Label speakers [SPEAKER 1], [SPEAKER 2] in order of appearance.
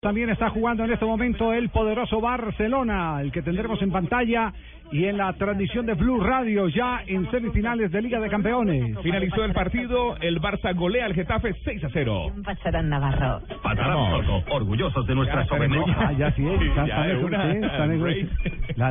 [SPEAKER 1] También está jugando en este momento el poderoso Barcelona, el que tendremos en pantalla y en la transmisión de Blue Radio ya en semifinales de Liga de Campeones.
[SPEAKER 2] Finalizó el partido, el Barça golea al Getafe 6 a 0.
[SPEAKER 3] Pasarán Navarro.
[SPEAKER 4] Patarán, orgullosos de nuestra soberanía.
[SPEAKER 1] Ah, ya sí, están,
[SPEAKER 2] Ya,
[SPEAKER 1] están
[SPEAKER 2] de
[SPEAKER 1] en-
[SPEAKER 2] una.
[SPEAKER 1] sí, están en-
[SPEAKER 2] Great.
[SPEAKER 1] la-